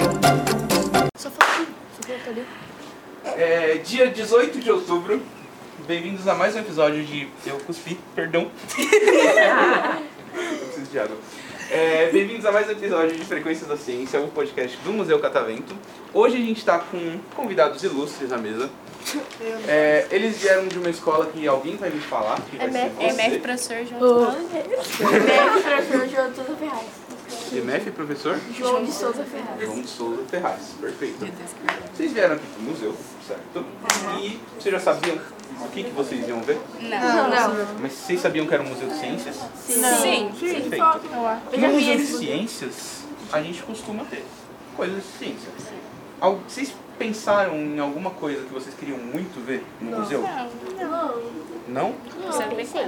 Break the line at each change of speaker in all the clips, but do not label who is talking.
Só falta só falta ali.
É dia 18 de outubro. Bem-vindos a mais um episódio de Eu Cuspi, perdão. Eu Preciso de água. É, Bem-vindos a mais um episódio de Frequências da Ciência, o podcast do Museu Catavento. Hoje a gente está com convidados ilustres na mesa. É, eles vieram de uma escola que alguém vai me falar. Que vai ser
É
você.
MEF professor João.
Professor João de Souza Ferraz.
MF, professor?
João de Souza Ferraz.
João de Souza Ferraz, perfeito. Vocês vieram aqui pro museu, certo? E vocês já sabiam o que, que vocês iam ver?
Não.
Mas vocês sabiam que era um museu de ciências?
Sim.
Perfeito. No museu de ciências, a gente costuma ter coisas de ciência. Al- Vocês pensaram em alguma coisa que vocês queriam muito ver no museu? Não?
Você não pensei.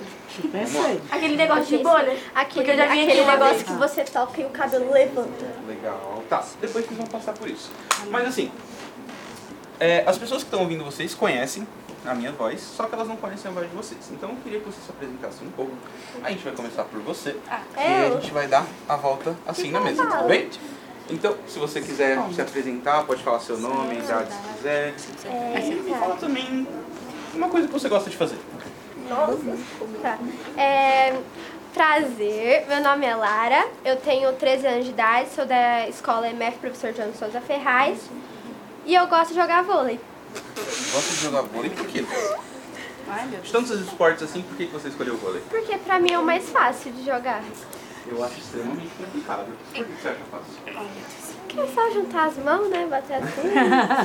Vamos lá.
Aquele negócio de bolha.
Aquele,
Porque eu já vi
aquele
aqui uma
negócio
vez.
que você toca e o cabelo levanta.
Legal. Tá, depois vocês vão passar por isso. Mas assim, é, as pessoas que estão ouvindo vocês conhecem a minha voz, só que elas não conhecem a voz de vocês. Então eu queria que vocês se apresentassem um pouco. A gente vai começar por você. E a
Eu?
gente vai dar a volta assim na mesa, tá bem? Então, se você quiser se apresentar, pode falar seu nome, idade se quiser.
É,
E fala também uma coisa que você gosta de fazer.
Nossa. Tá. É, prazer, meu nome é Lara, eu tenho 13 anos de idade, sou da escola MF Professor João de Souza Ferraz e eu gosto de jogar vôlei.
Gosta de jogar vôlei por quê?
Ai, meu Deus.
De todos os esportes assim, por que que você escolheu o vôlei?
Porque pra mim é o mais fácil de jogar.
Eu acho extremamente complicado. Por que você acha fácil?
Porque é só juntar as mãos, né? Bater assim,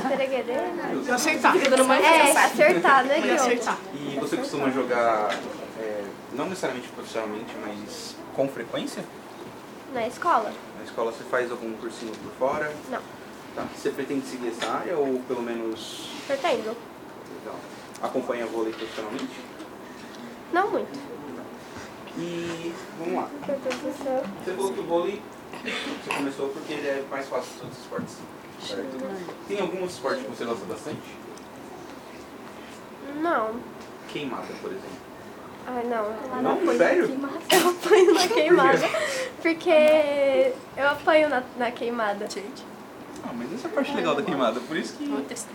esfreguedeira.
Eu aceitar. Fica dando mais
É, acertar, né,
Eu
Guilherme?
acertar.
E você costuma jogar, é, não necessariamente profissionalmente, mas com frequência?
Na escola?
Na escola você faz algum cursinho por fora?
Não.
Tá. Você pretende seguir essa área ou pelo menos
Pretendo.
Legal. Acompanha vôlei profissionalmente?
Não muito.
E vamos lá.
Porque o professor
Você falou que o vôlei você começou porque ele é mais fácil de todos os esportes. Certo? Tem algum outro esporte que você gosta bastante?
Não.
Queimada, por exemplo.
Ai, Ah, não.
Não, sério?
Eu apanho na queimada. Porque eu apanho na, na
Tá
queimada.
Gente,
Ah, mas essa é a parte legal da queimada, por isso que.
vou testar.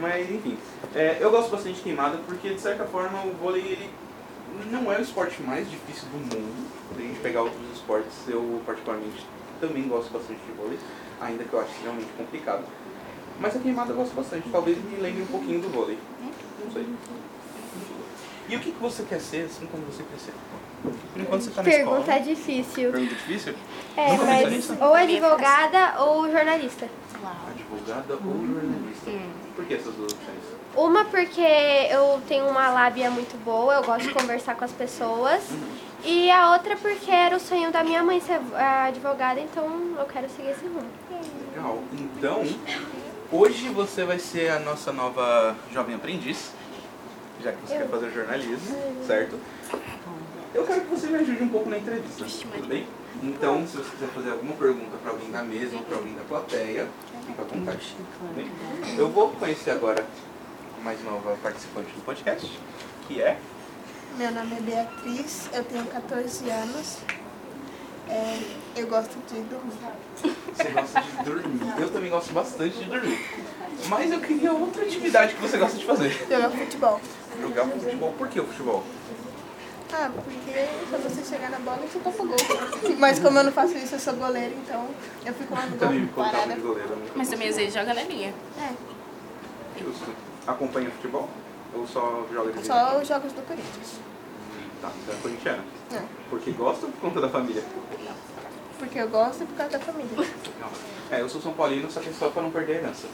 Mas enfim. É, eu gosto bastante de queimada porque de certa forma o vôlei ele não é o esporte mais difícil do mundo. Se a gente pegar outros esportes, eu particularmente também gosto bastante de vôlei, ainda que eu acho realmente complicado. Mas a queimada eu gosto bastante, talvez me lembre um pouquinho do vôlei. Não sei. E o que, que você quer ser assim quando você crescer? Por enquanto você tá na
Pergunta
escola.
difícil.
Pergunta difícil?
É,
Nunca pensou
mas
nisso?
ou advogada ou jornalista.
Advogada ou jornalista? Por que essas duas opções?
Uma porque eu tenho uma lábia muito boa, eu gosto de conversar com as pessoas. E a outra porque era o sonho da minha mãe ser ah, advogada, então eu quero seguir esse rumo.
Legal. Então, hoje você vai ser a nossa nova jovem aprendiz, já que você quer fazer jornalismo, certo? Eu quero que você me ajude um pouco na entrevista, tudo bem? Então, se você quiser fazer alguma pergunta para alguém da mesa ou para alguém da plateia, fica à vontade. tudo bem? Eu vou conhecer agora a mais nova participante do podcast, que é...
Meu nome é Beatriz, eu tenho 14 anos. É, eu gosto de dormir.
Você gosta de dormir. Eu também gosto bastante de dormir. Mas eu queria outra atividade que você gosta de fazer.
Jogar futebol.
Jogar um futebol. Por que o futebol?
Ah, porque quando você chegar na bola, você toca gol. Mas como eu não faço isso, eu sou goleiro, então eu fico lá no
Também me
gol,
contava
parada.
de goleiro. eu nunca
Mas também às
consegui.
vezes joga na linha.
É,
Justo. Acompanha futebol? Ou só joga de vez em
só
quando?
os jogos do Corinthians.
Tá, você é corintiana.
Não,
Porque gosta ou por conta da família?
porque eu gosto e por causa da família.
Não. É, eu sou São Paulino, só que só pra não perder a herança.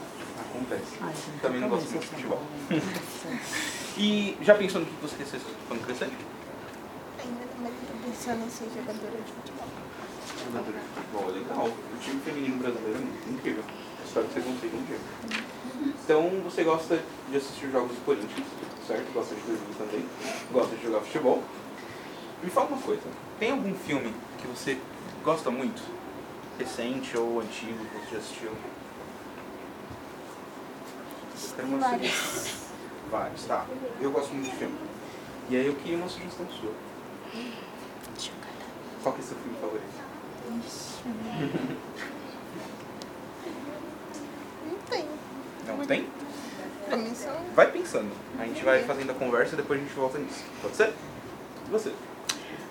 Acontece. Também não gosto muito de futebol. E já pensou no que você quer ser quando crescer?
Ainda também tô pensando em ser jogadora de futebol.
Jogadora de futebol, legal. O time feminino brasileiro é muito incrível. Espero que você consiga um dia. Então, você gosta de assistir jogos do Corinthians, certo? Gosta de dormir também. Gosta de jogar futebol. Me fala uma coisa. Tem algum filme que você gosta muito? Recente ou antigo que você já assistiu? Eu quero uma sugestão. Vários, tá. Eu gosto muito de filme. E aí eu queria uma sugestão sua. Qual que é seu filme favorito?
Não tem.
Não tem?
Pra mim são.
Vai pensando. A gente vai fazendo a conversa e depois a gente volta nisso. Pode ser? E você?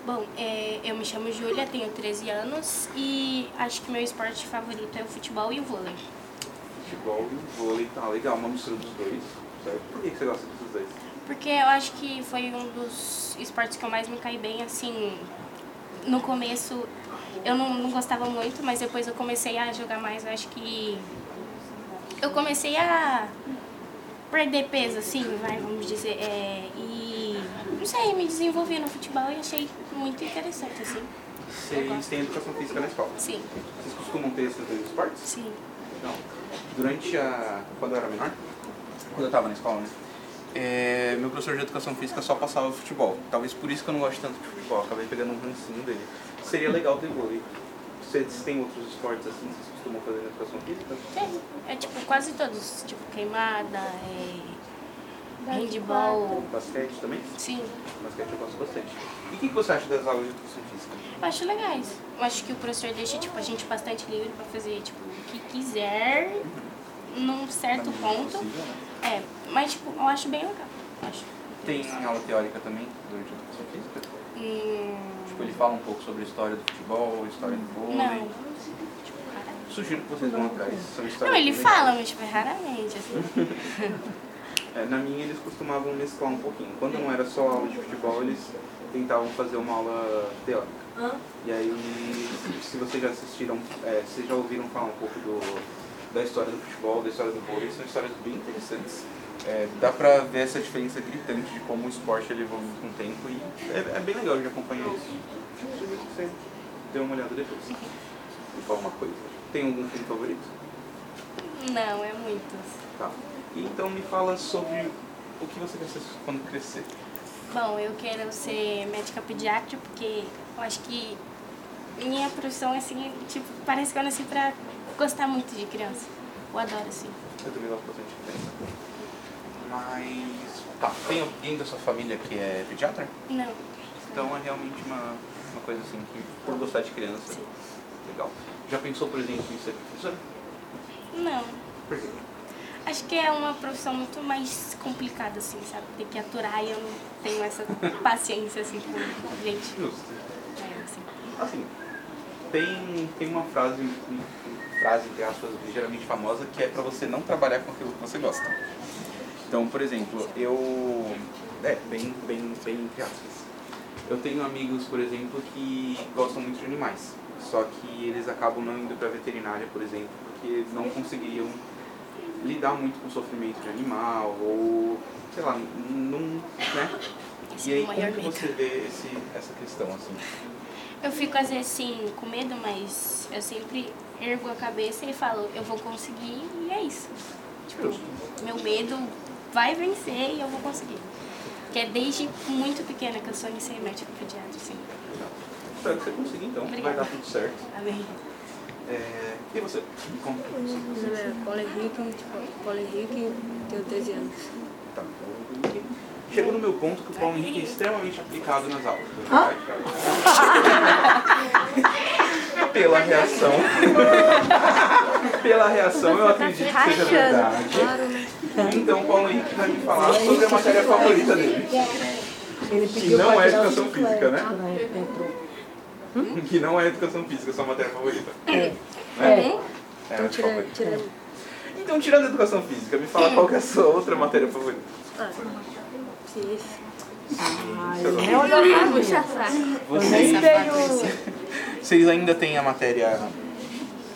Bom, é, eu me chamo Júlia, tenho 13 anos e acho que meu esporte favorito é o futebol e o vôlei.
Futebol e vôlei, tá legal, uma mistura dos dois. Certo? Por que que você gosta desses dois?
Porque eu acho que foi um dos esportes que eu mais me caí bem, assim, no começo eu não, não gostava muito, mas depois eu comecei a jogar mais, eu acho que eu comecei a perder peso, assim, vai, vamos dizer, é, e não sei, me desenvolvi no futebol e achei muito interessante, assim,
Vocês têm educação física na escola.
sim,
Vocês costumam ter esses dois esportes?
sim.
Não. Durante a. Quando eu era menor? Quando eu tava na escola, né? É, meu professor de educação física só passava futebol. Talvez por isso que eu não gosto tanto de futebol. Acabei pegando um rancinho dele. Seria legal ter vôlei. Vocês têm outros esportes assim que vocês costumam fazer na educação física?
Tem. É tipo quase todos, tipo queimada, é... handball,
Basquete também?
sim.
Basquete eu gosto bastante. E o que que você acha das aulas de educação física?
Eu acho legais. Eu acho que o professor deixa tipo, a gente bastante livre pra fazer tipo, o que quiser num certo
Na medida do
ponto.
possível, né?
É, mas tipo, eu acho bem legal. Eu acho.
Tem aula teórica também durante a educação física? Tipo,
Hum,
ele fala um pouco sobre a história do futebol, a história do vôlei.
não.
Sugiro que vocês vão atrás. São histórias
Não, ele
bem
fala, mas tipo, é raramente, assim.
É, na minha eles costumavam mesclar um pouquinho. Quando não era só aula de futebol, eles tentavam fazer uma aula teórica. E aí, se vocês já assistiram, é, se já ouviram falar um pouco do, da história do futebol, da história do vôlei, são histórias bem interessantes. É, dá pra ver essa diferença gritante de como o esporte ele evolui com o tempo e é, é bem legal de acompanhar isso. Sugiro que você dê uma olhada depois. Me fala uma coisa, tem algum filme favorito?
Não, é muitos.
Tá. Então me fala sobre o que você quer ser quando crescer.
Bom, eu quero ser médica pediatra porque eu acho que minha profissão, assim, tipo, parece que eu nasci pra gostar muito de criança. Eu adoro, assim.
Eu também gosto bastante de criança. Mas. Tá, tem alguém da sua família que é pediatra?
Não.
Então é realmente uma, uma coisa assim que por gostar de criança.
Sim.
Legal. Já pensou, por exemplo, em ser professora?
Não.
Por quê?
Acho que é uma profissão muito mais complicada, assim, sabe? Ter que aturar e eu não tenho essa paciência, assim, com gente.
Justo.
É, assim.
Assim, tem, tem uma frase, frase entre aspas, geralmente famosa, que é pra você não trabalhar com aquilo que você gosta. Então, por exemplo, eu. É, bem, bem, bem entre aspas. Eu tenho amigos, por exemplo, que gostam muito de animais. Só que eles acabam não indo pra veterinária, por exemplo, porque não conseguiriam lidar muito com o sofrimento de animal, ou sei lá, não. né?
Esse
E
é o
aí,
maior
como que
medo.
você vê esse, essa questão, assim?
Eu fico às vezes assim com medo, mas eu sempre ergo a cabeça e falo, eu vou conseguir e é isso. Tipo, meu medo vai vencer e eu vou conseguir. Que é desde muito pequena que eu sonho em ser médico pediatra, assim.
Espero que você consiga então, vai
Obrigada.
dar tudo certo.
Amém.
É, e você? Me conta. um
Meu nome é Paulo Henrique, tipo, Paulo Henrique, tenho 13 anos.
Tá. Chegou no meu ponto que o Paulo Henrique é extremamente aplicado nas aulas. tá na verdade. Pela reação. Pela reação, eu acredito que seja verdade.
tá Claro, né?
Então, o Paulo Henrique vai me falar sobre a matéria favorita dele. Que não é educação física, né? Que não é educação física, sua matéria favorita. Né? É, a
É. Tá Então, tira,
favorita.
tira.
Então, tirando a educação física, me fala qual que é a sua outra matéria favorita.
Ah, isso.
Puxa saco.
Vocês, vocês ainda têm a matéria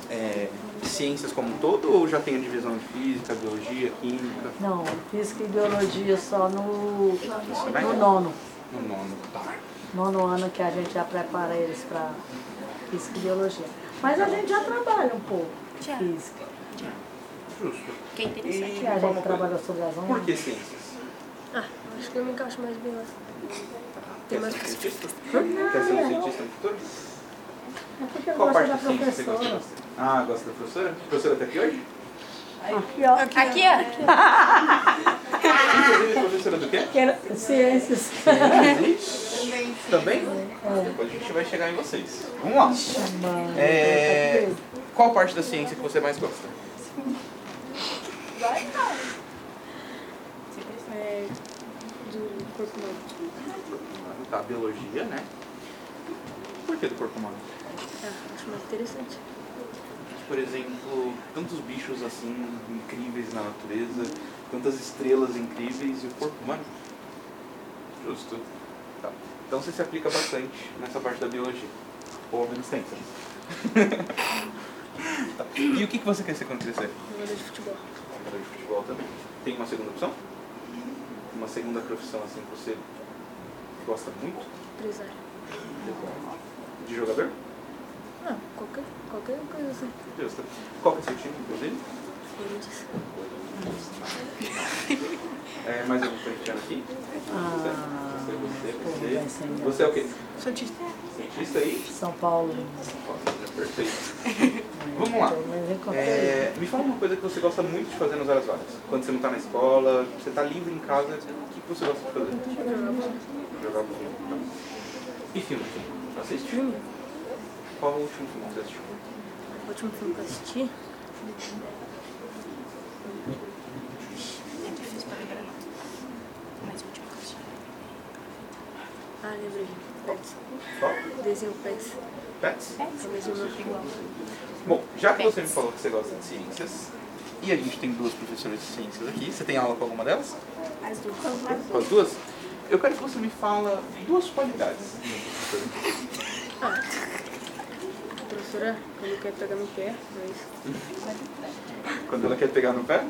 é, ciências como um todo ou já tem a divisão de física, biologia, química?
Não, física e biologia só no, no
Vai?
nono.
No nono, tá.
Nono ano que a gente já prepara eles para física e biologia. Mas a gente já trabalha um pouco de
Já.
física.
Justo.
Que interessante.
E
Que a
qual uma
gente trabalha sobre as
coisa? Por
ondas.
que ciências?
Ah, acho que eu me encaixo mais bem lá.
Quer ser um cientista? Quer ser um cientista no futuro?
Por que eu
Qual
gosto
parte
da
da ciência você gosta?
professora?
mais? Ah, gosta da professora? tá Professora até aqui hoje?
Aqui, ó.
Aqui, ó.
Aqui, ó.
Inclusive, quê?
Quero ciências.
Ciências. Também? Tá Depois a gente vai chegar em vocês. Vamos lá. É,
né? Tá
qual parte da ciência que você mais gosta?
É, do corpo humano.
Tá, biologia, né? Por que do corpo humano?
É, acho mais interessante.
Por exemplo, tantos bichos assim incríveis na natureza, tantas estrelas incríveis e o corpo humano. Justo. Tá. Então você se aplica bastante nessa parte da biologia. Ou ao menos tenta. Tá. E o que que você quer ser quando crescer?
Jogador de futebol.
Jogador de futebol também. Tem uma segunda opção? Uma segunda profissão assim que você gosta muito?
Empresário.
De jogador?
Ah, qualquer, qualquer coisa assim.
Justo. Qual que é o seu time, inclusive?
Corinthians.
É, mais algum corintiano aqui?
Ah,
Você, você,
pô, vai ser
você.
engraçado.
Você é o quê?
Santista.
Cientista aí?
São Paulo. né?
Nossa, perfeito. Vamos lá.
Mas vem com é...
É, me fala uma coisa que você gosta muito de fazer nas horas vagas. Quando você não tá na escola, você tá livre em casa, o que que você gosta de fazer? Jogar bolinha. E filme? Assiste filme? Qual o último filme que você assistiu?
O último filme que eu assisti.
É difícil pra lembrar não. Mas o último que eu assisti.
Ah, lembrei. Pets.
Qual?
Desenho Pets.
Pets?
É o mesmo meu filho.
Bom, já que você me falou que você gosta de ciências, e a gente tem duas professoras de ciências aqui, você tem aula com alguma delas?
As duas.
Com as duas? Eu quero que você me fala duas qualidades.
Ah. A professora, quando quer pegar no pé, é mas
Quando ela quer pegar no pé,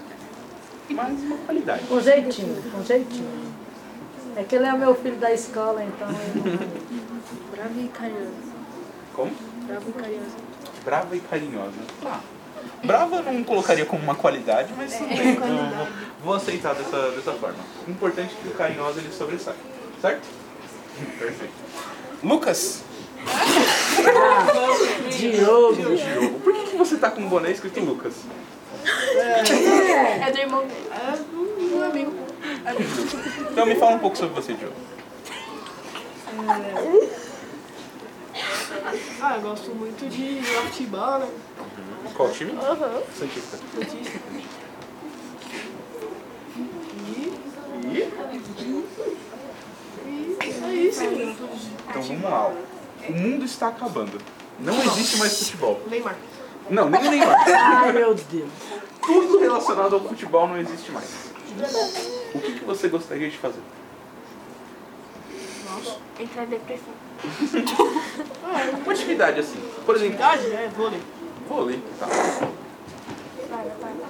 mais uma qualidade.
Com jeitinho, com jeitinho. É que ele é o meu filho da escola, então eu
brava e carinhosa.
Como?
Brava e carinhosa.
Brava e carinhosa. Tá. Brava eu não colocaria como uma qualidade, mas tudo bem. Então, eu vou, vou aceitar dessa, dessa forma. O importante é que o carinhosa ele sobressai. Certo? Perfeito. Lucas,
não... Diogo.
Diogo, por que, que você tá com um boné escrito Lucas?
É do irmão dele.
Então me fala um pouco sobre você, Diogo.
Ah, eu gosto muito de jogar futebol, né?
Qual o time? Santista. E?
É isso, né?
Então vamos lá. ó. O mundo está acabando. Não existe mais futebol.
Neymar.
Não, nem o Neymar.
Ai, meu Deus.
Tudo relacionado ao futebol não existe mais. O que, que você gostaria de fazer?
Entrar em depressão.
Uma atividade assim. Por exemplo,
Idade, né? Vôlei.
vôlei. Tá.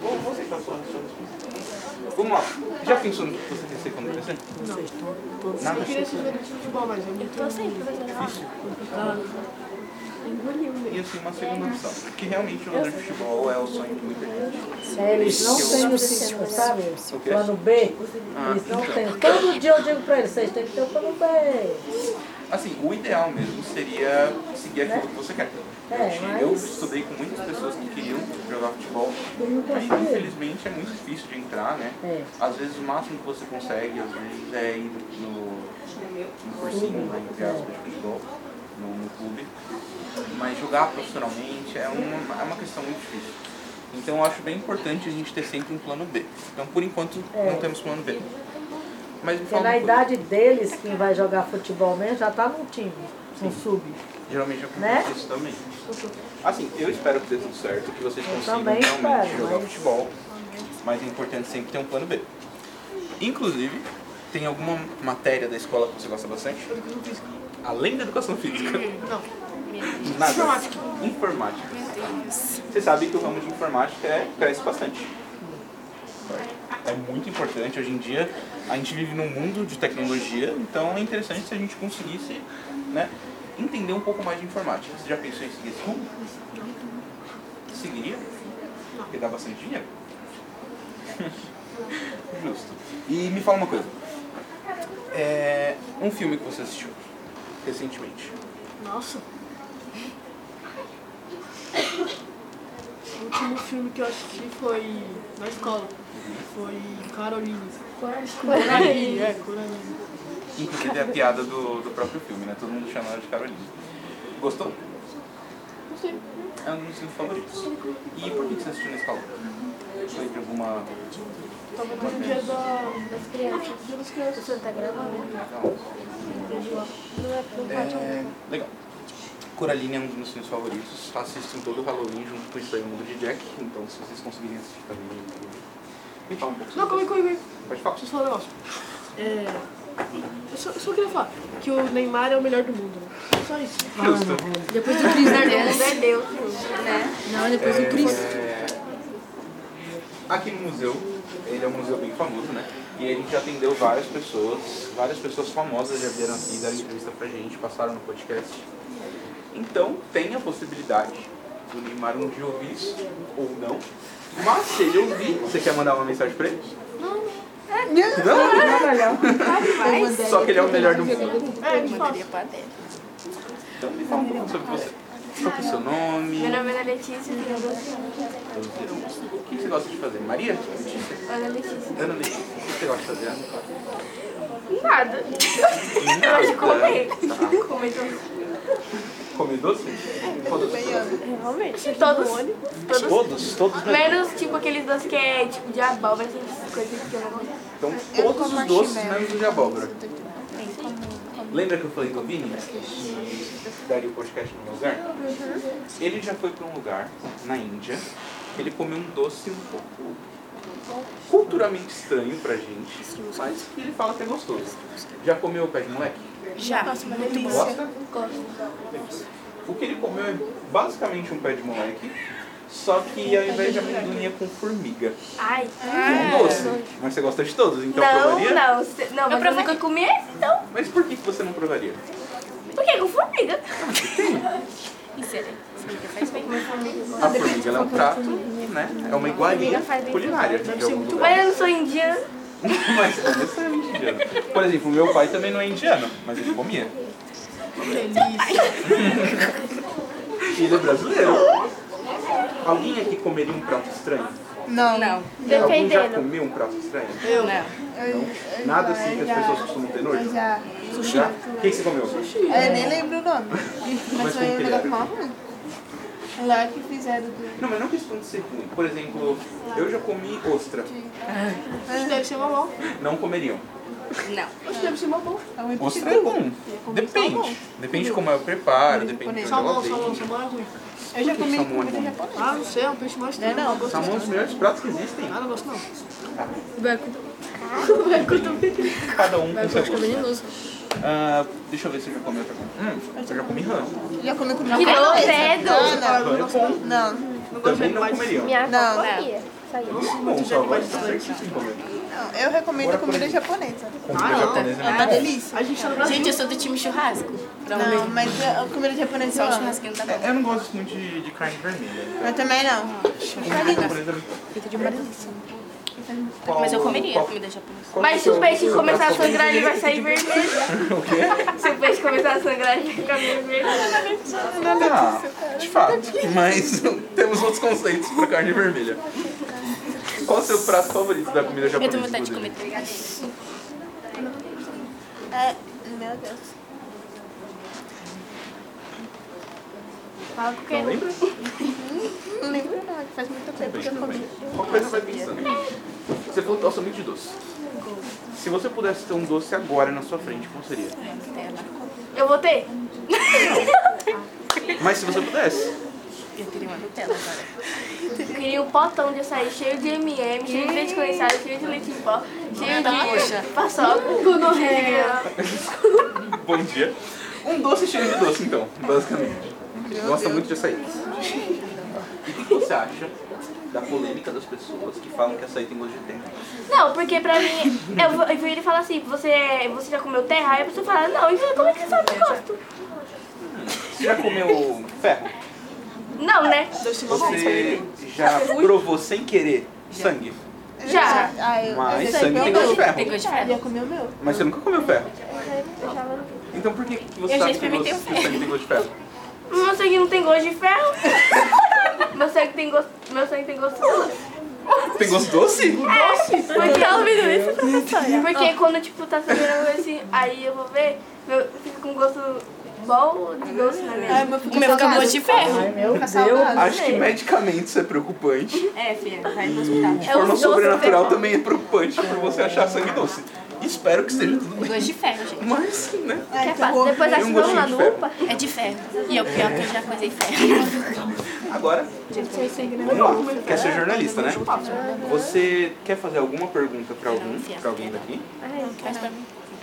Vou, vou aceitar a sua sua resposta. Vamos lá. Já pensou no que você quer ser quando crescer? Nada.
Eu queria ser jogador de futebol, mas eu muito...
Tô sempre fazendo aula.
E assim, uma segunda opção. Que realmente jogador de futebol é o sonho de muita gente.
É, eles não têm o sistema, sabe?
O quê?
Plano B.
Ah,
Eles não
então.
têm. Todo dia eu digo pra eles, vocês têm que ter o plano B.
Assim, o ideal mesmo seria seguir aquilo que você quer.
É, mas-
Eu estudei com muitas pessoas que queriam jogar futebol,
Eu não
mas
consigo.
infelizmente é muito difícil de entrar, né?
É.
Às vezes o máximo que você consegue, às vezes, é ir no, no cursinho, né,
É.
entre aspas, de futebol, no, no clube. Mas jogar profissionalmente é uma, é uma questão muito difícil. Então eu acho bem importante a gente ter sempre um plano B. Então por enquanto
É.
não temos plano B. Mas me
Porque
fala
na
uma coisa.
idade deles, quem vai jogar futebol mesmo já tá num time, num sub.
Geralmente acontece
Né?
isso também. Assim, eu espero que dê tudo certo, que vocês consigam
também
realmente
espero,
jogar
mas-
futebol, mas é importante sempre ter um plano B. Inclusive, tem alguma matéria da escola que você gosta bastante?
Educação física.
Além da educação física?
Não.
Nada. Informática. Você sabe que o ramo de informática é, cresce bastante. É muito importante. Hoje em dia, a gente vive num mundo de tecnologia, então é interessante se a gente conseguisse né, entender um pouco mais de informática. Você já pensou em seguir esse rumo? Seguiria? Porque dá bastante dinheiro. Justo. E me fala uma coisa. É, um filme que você assistiu recentemente.
Nossa. último filme que eu assisti foi na escola. Foi Caroline. Coraline, é, Coraline.
Inclusive é a piada do, do próprio filme, né? Todo mundo chama ela de Carolina. Gostou?
Gostei.
É um dos meus favoritos. E por que que você assistiu na escola? Foi de alguma.
Tava no dia da... das crianças. Dia das crianças. Você tá gravando?
Não. É, legal. Coraline é um dos meus filmes favoritos. Assisto em todo o Halloween junto com o Estranho Mundo de Jack. Então, se vocês conseguirem assistir também, me fala um pouco
Não, é
sobre
calma aí,
isso.
calma aí.
Pode falar.
Deixa eu falar um negócio. É... Eu só, eu só queria falar que o Neymar é o melhor do mundo. né? Só isso.
Justo.
Depois do Cris Nardelli.
Meu Deus.
Não, depois do Cris.
É, Aqui no museu, ele é um museu bem famoso, né? E a gente já atendeu várias pessoas, várias pessoas famosas já vieram aqui, deram entrevista pra gente, passaram no podcast. Então, tem a possibilidade do Neymar um dia ouvir isso, ou não. Mas se ele ouvir, você quer mandar uma mensagem pra ele? Não. Não? Só que ele é o melhor do mundo.
É, me fala.
Então me fala um pouco sobre você. Qual que é o seu nome?
Meu nome é Ana Letícia, tenho 12 anos.
O que você gosta de fazer? Maria? Letícia?
Ana Letícia.
Ana Letícia, o que você gosta de fazer? Ana?
Nada. Eu gosto de comer.
Tá.
Comer doce.
Comer doce? Qual doce? você gosta?
Realmente. É. Todos. Todos.
Todos, todos né? mesmo.
Menos tipo aqueles doces que é tipo de abóbora, essas coisas que eu não gosto.
Então
Eu
todos
como
os doces
marshmallow.
menos o de abóbora. Lembra que eu falei do Vini? Que daria o podcast no meu lugar?
Uhum.
Ele já foi pra um lugar na Índia. que Ele comeu um doce um pouco culturalmente estranho pra gente, mas que ele fala que é gostoso. Já comeu o pé de moleque?
Já.
Gosta? O que ele comeu é basicamente um pé de moleque, só que ao invés de amendoim é com formiga.
Ai.
É um doce. Mas você gosta de todos, então
Não,
provaria?
não. cê- Não, mas eu nunca comi esse, então.
Mas por que que você não provaria?
Por que com formiga?
A formiga ela é um prato, né? É uma iguaria culinária. de algum lugar.
Mas eu não sou indiana.
Mas não necessariamente indiano. Por exemplo, meu pai também não é indiano, mas ele comia. E ele é brasileiro. Alguém aqui comeria um prato estranho?
Não.
Não.
Alguém já
Dependendo.
comeu um prato estranho?
Eu não.
Eu- eu
Nada
já-
assim que as
já-
pessoas costumam ter nojo?
eu Já.
Já? O que que você comeu?
É, Eu nem lembro o nome.
Mas
Mas
como
foi um
que ele
negócio
era?
mal ruim. Lá que fizeram do.
Não, mas não questão de ser ruim. Por exemplo, eu já comi ostra.
Isso deve ser mamão.
Não comeriam.
Não.
Isso deve ser mamão.
É muito
Ostra é bom. Depende. Depende de como eu preparo, depende de como eu
Salmão, salmão,
azeite.
salmão é ruim.
Eu já comi
Salmão é
comida
bom.
japonesa.
Ah, não sei, é um peixe mais estranho.
Não é não.
gosto
Salmão é um dos melhores pratos que existem.
Ah, não gosto não.
Cada um com seu gosto. Ah, deixa eu ver se eu já comi outra coisa. Hum, eu já comi rã.
Já comi comida
Que
japonesa.
doce,
Rã é bom.
Não,
Não gosto de
Também não
animais.
comeriam.
Minha avó
Não.
comia. Só isso.
Bom, só vai fazer que vocês comer.
não. Eu recomendo
Bora
comida
por
japonesa.
Comida japonesa
É
não.
uma delícia.
A gente tá no Brasil.
Gente, eu sou do time churrasco.
Não, mas a comida japonesa
Só
eu
o
amo.
churrasquinho tá bom.
Eu não gosto muito de, de carne vermelha.
Eu também não.
Comida japonesa é muito bom. Qual-
Mas eu comeria
qual-
comida japonesa.
qual
Mas
que
se
é
o peixe
seu
começar a
prato favorito?
sangrar, ele vai sair vermelho.
O quê?
Se o peixe começar a sangrar, ele vai ficar meio vermelho.
Ah, de fato. Mas temos outros conceitos pra carne vermelha. Qual é o seu prato favorito da comida
Eu
japonesa?
tenho vontade de comer
inclusive?
brigadeiro.
É, meu Deus.
Fala com quem?
Não lembra?
Não lembro nada. Faz muito tempo que eu
Tudo bem.
comi.
Qual coisa vai pensando? Você falou que gosta muito de doce. Se você pudesse ter um doce agora na sua frente, qual seria?
É, Eu votei.
Mas se você pudesse,
Eu teria uma Nutella agora.
Eu queria um potão de açaí cheio de M&M, cheio de leite condensado, cheio de leite em pó, cheio de paçoca, tudo horrível.
bom dia. Um doce cheio de doce, então, basicamente. Gosta muito de açaí. E o que você acha da polêmica das pessoas que falam que açaí tem gosto de terra?
Não, porque pra mim, eu vou- eu vi ele falar assim, você, você já comeu terra? Aí a pessoa fala, não, então como é que você sabe o gosto?
Você já comeu ferro?
Não, né?
Você já provou sem querer sangue?
Já.
Ah, eu,
Mas
eu sei
sangue
que
tem
eu
gosto
gosto.
de
Tem
ferro.
gosto de ferro.
Já comeu o meu?
Mas você nunca comeu ferro.
Eu já não
Então por que que você
Eu já
sabe que
experimentei
você- que sangue tem gosto de ferro?
Mas Isso aqui não tem gosto de ferro. Meu sangue tem gosto. Meu sangue tem gosto doce.
Tem gosto doce?
Porque eu ouvindo isso, professora.
Ah.
Porque quando, tipo, tá fazendo alguma coisa assim, aí eu vou ver, eu fico com gosto bom de doce na
É,
minha.
O meu fica gosto de ferro.
Ai, meu Deus.
Acho que medicamente isso é preocupante.
É, filha, vai no hospital.
De
É os
forma
doces
sobrenatural
ferrão.
também é preocupante por você achar sangue doce. Espero que esteja tudo bem.
Gosto de ferro, gente.
Mas, né?
Ai,
É
que
fácil.
horror.
Depois
Eu
acho que vamos lá
gostei de
no
ferro.
UPA.
É de ferro. E é o pior que eu já coisei ferro.
Agora, vamos lá. Quer ser jornalista, né? Você quer fazer alguma pergunta pra algum, pra alguém daqui?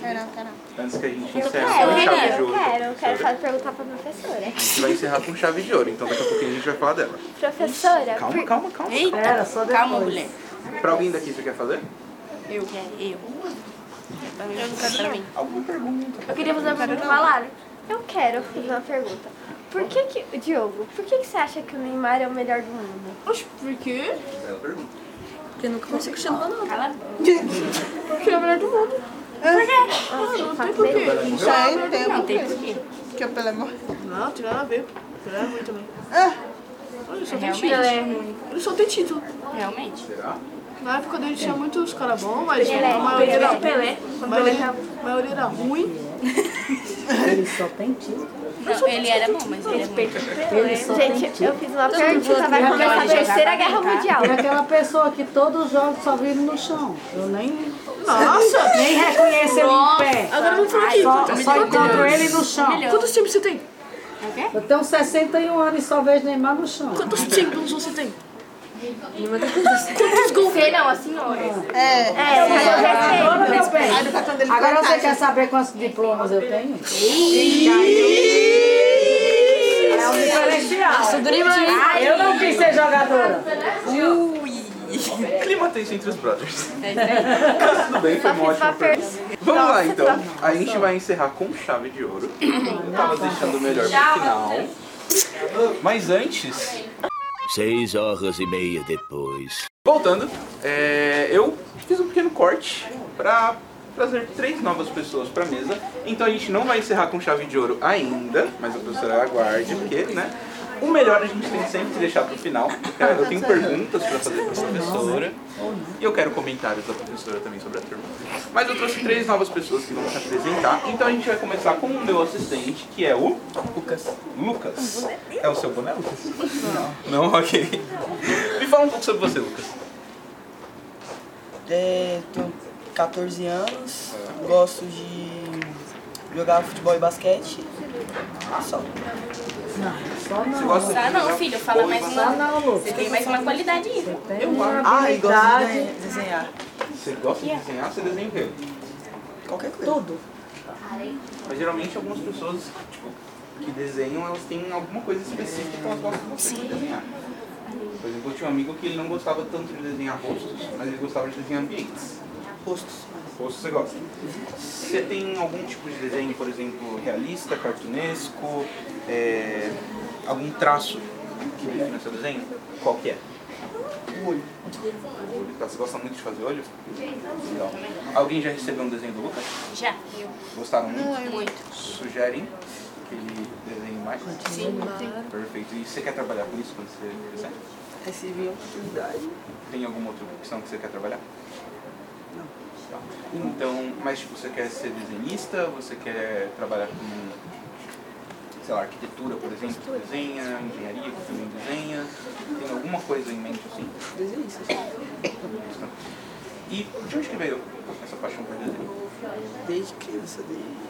Caraca, caraca.
Antes que a gente
Eu
encerre
quero,
com
eu
chave de
quero, eu
ouro.
quero. Eu quero
professora.
fazer- perguntar pra professora.
A gente vai encerrar com chave de ouro, então daqui a pouquinho a gente vai falar dela.
Professora,
Calma,
por-
calma, calma.
Pera, só depois.
Calma, mulher.
Pra alguém daqui você quer fazer?
Eu. É, eu. Eu não quero pra mim.
Alguma pergunta.
Eu queria fazer uma pergunta pra Lara.
eu quero fazer uma pergunta. Por que que, Diogo, por que que você acha que o Neymar é o melhor do mundo?
Oxe, por quê?
Bela pergunta.
Porque eu nunca consigo chamar nada.
Cala a boca.
Porque ele é o melhor do mundo.
Nossa, eu faço
por
bem.
quê?
Já entendo.
Não, tem
mesmo.
porquê.
Que eu, pelo amor.
Não, tem nada a ver. Tem nada a ver também.
Ah,
Olha, só tem
Realmente.
título.
é
Ele só tem título.
Realmente.
Será?
Na época dele tinha muitos caras bons, mas a maioria
Pelé,
era,
o Pelé.
a
Quando o Pelé
maioria,
tava-
a maioria era ruim.
Ele só tem título.
Não, ele era bom, mas ele é muito.
Ele só tem
Gente,
título.
eu fiz uma pergunta, vai
Não,
começar a
ele jogava
terceira
bem,
guerra
tá?
mundial.
É aquela pessoa que todos os jogos só vive no chão. Eu nem,
Nossa!
nem reconheço ele em pé.
Agora vamos falar aqui.
Só,
Quantos-
só encontro ele no chão.
Quantos times você tem?
Eu tenho 61 anos e só vejo Neymar no chão.
Quantos títulos você tem?
Sei não, a senhora.
é.
É, cadê o respeito?
Agora, meu bem,
A educação dele foi
agora você
fantástica.
quer saber quantos diplomas eu tenho? É um diferencial. Ah, eu não quis ser jogadora.
Clima tenso entre os brothers. Tudo bem, foi uma ótima pergunta. Vamos lá então. A gente vai encerrar com chave de ouro. Eu tava deixando melhor pro final. Mas antes,
Seis horas e meia depois.
voltando, é, eu fiz um pequeno corte pra trazer três novas pessoas pra mesa. Então a gente não vai encerrar com chave de ouro ainda, mas a professora aguarde, porque, né? O melhor a gente tem sempre que deixar pro final. Eu tenho perguntas pra fazer pra professora. E eu quero comentários da professora também sobre a turma. Mas eu trouxe três novas pessoas que vão se apresentar. Então a gente vai começar com o meu assistente, que é o. Lucas. Lucas. É o seu boné, Lucas? Não. Não, ok. Me fala um pouco sobre você, Lucas.
É, tenho 14 anos, gosto de jogar futebol e basquete. Só.
Só
Você
não.
gosta
Tá,
de
não,
jogar
filho, fala mais
futebol?
Só
uma.
não, Lu.
Você tem mais uma qualidade aí.
Tem uma
Ah, e gosto de
habilidade.
de desenhar.
Você gosta de desenhar? Você desenha o quê? Tá.
Qualquer coisa.
Tudo.
Mas geralmente algumas pessoas, tipo, que desenham, elas têm alguma coisa específica que elas gostam bastante de desenhar. Por exemplo, eu tinha um amigo que ele não gostava tanto de desenhar rostos, mas ele gostava de desenhar ambientes.
Rostos.
Rostos você gosta. Você tem algum tipo de desenho, por exemplo, realista, cartunesco, é, algum traço que define seu desenho? Qual que é?
O olho.
O olho. Tá, Você gosta muito de fazer olho? Legal. Alguém já recebeu um desenho do Lucas?
Já, eu.
Gostaram muito?
Muito.
Sugerem que ele desenhe mais? Sim. Perfeito. E você quer trabalhar com isso quando você crescer?
Recebi a oportunidade.
Tem alguma outra opção que você quer trabalhar? Não. Então, mas tipo, você quer ser desenhista? Você quer trabalhar com, sei lá, arquitetura, por exemplo, que desenha, engenharia, que também desenha? Tem alguma coisa em mente assim?
Desenho isso.
E de onde que veio essa paixão por desenho?
Desde criança, desde.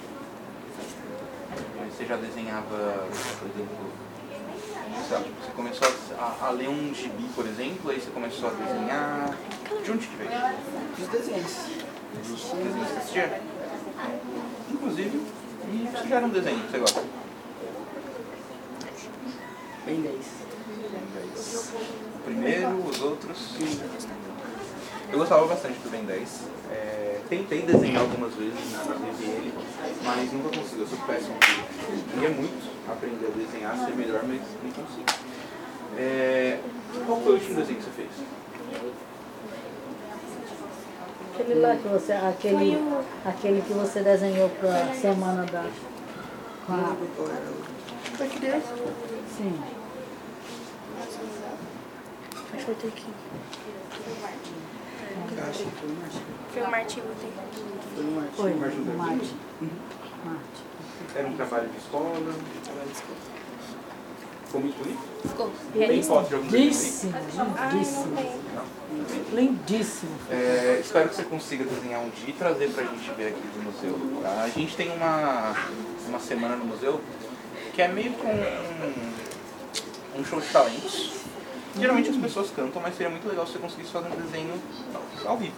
Mas Você já desenhava, por exemplo, sabe, você começou a, a ler um gibi, por exemplo, aí você começou a desenhar. De onde que veio?
Dos desenhos.
Dos desenhos que você assistia? Inclusive, me sugere um desenho que você gosta.
Bem 10.
O primeiro, os outros. Eu gostava bastante do Ben 10. É, tentei desenhar algumas vezes, inclusive ele, mas nunca consegui. Eu sou péssimo. Queria muito aprender a desenhar, ser melhor, mas não consigo. É, qual foi o último desenho que você fez?
Aquele lá que você, aquele,
um.
aquele que você desenhou pra semana da. com a-
Qual era o
Pra criança.
Sim.
Acho que vou ter que ir.
Tá.
Acho que foi o Martin.
Foi o Martin Luther.
Foi o Martin.
Foi,
Martin Luther
Martin.
King. Uhum.
Era um trabalho de escola. Ficou muito bonito?
Ficou.
Tem foto de algum
Lindíssimo,
Ai, não
lindíssimo.
tem.
Lindíssimo.
É, espero que você consiga desenhar um dia e trazer pra gente ver aqui do museu. tá? A gente tem uma, uma semana no museu que é meio com um, um show de talentos. Geralmente as pessoas cantam, mas seria muito legal se você conseguisse fazer um desenho ao, ao vivo.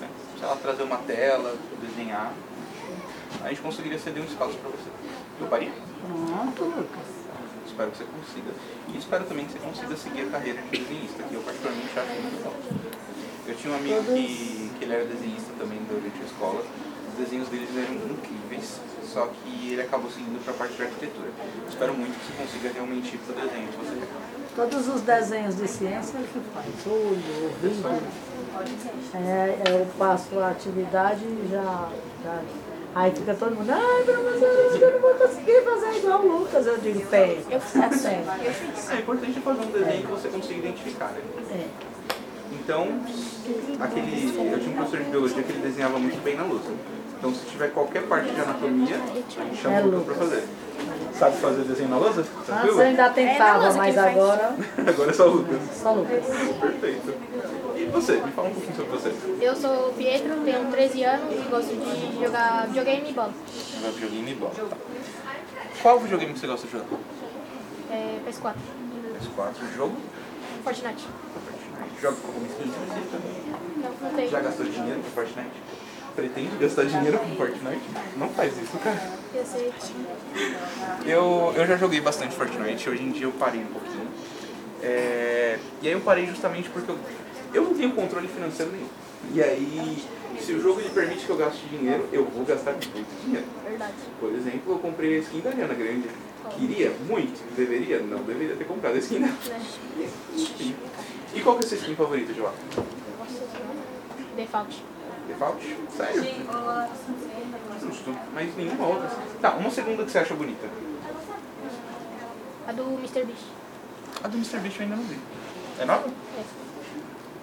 Né? Sei lá, trazer uma tela, desenhar. A gente conseguiria ceder um espaço pra você. Toparia?
Pronto, Lucas.
Espero que você consiga. E espero também que você consiga seguir a carreira de desenhista, que eu particularmente acho muito bom. Eu tinha um amigo que, que ele era desenhista também durante a escola. Os desenhos deles eram incríveis, só que ele acabou seguindo para a parte de arquitetura. Espero muito que você consiga realmente ir para o desenho que você quer.
Todos os desenhos de ciência ele que faz. Olho, ouvido. É, eu passo a atividade e já, já. Aí fica todo mundo, ai professor, acho que eu não vou conseguir fazer igual o Lucas. Eu digo, pé. Eu faço.
É importante fazer um desenho que você consiga identificar. Né? Então, aquele, eu tinha um professor de biologia que ele desenhava muito bem na lousa. Então, se tiver qualquer parte de anatomia, a gente chama
É
o Lucas para fazer. Sabe fazer desenho na lousa?
Antes eu ainda tentava, mas agora
Agora é só o Lucas.
só Lucas.
Perfeito. E você? Me fala um pouquinho sobre você.
Eu sou o Pietro, tenho 13 anos e gosto de jogar videogame e bola.
Jogar videogame e bola. Tá. Qual videogame que você gosta de jogar?
É, PS4.
PS4, jogo?
Fortnite.
Joga com alguma exclusiva?
Não, não tenho.
Já gastou dinheiro com Fortnite? Pretende gastar dinheiro com Fortnite? Não faz isso, cara.
Eu sei.
Eu, eu já joguei bastante Fortnite, hoje em dia eu parei um pouquinho. É, e aí eu parei justamente porque eu, eu não tenho controle financeiro nenhum. E aí, se o jogo ele permite que eu gaste dinheiro, eu vou gastar muito dinheiro.
Verdade.
Por exemplo, eu comprei a skin da Ariana Grande. Queria muito, deveria, não deveria ter comprado a skin dela.
É.
Enfim. E qual que é a sua skin favorita de lá?
Default.
Default? Sério? Justo, mas nenhuma outra. Tá, uma segunda que você acha bonita.
A do Mr. Beast.
A do Mr. Beast eu ainda não vi. É nova?
É.